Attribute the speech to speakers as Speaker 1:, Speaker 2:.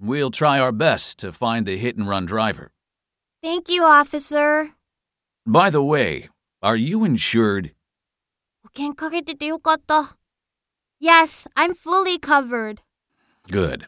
Speaker 1: We'll try our best to find the hit and run driver.
Speaker 2: Thank you, officer.
Speaker 1: By the way, are you insured?
Speaker 2: 保険かけててよかった。Yes, I'm fully covered.
Speaker 1: Good.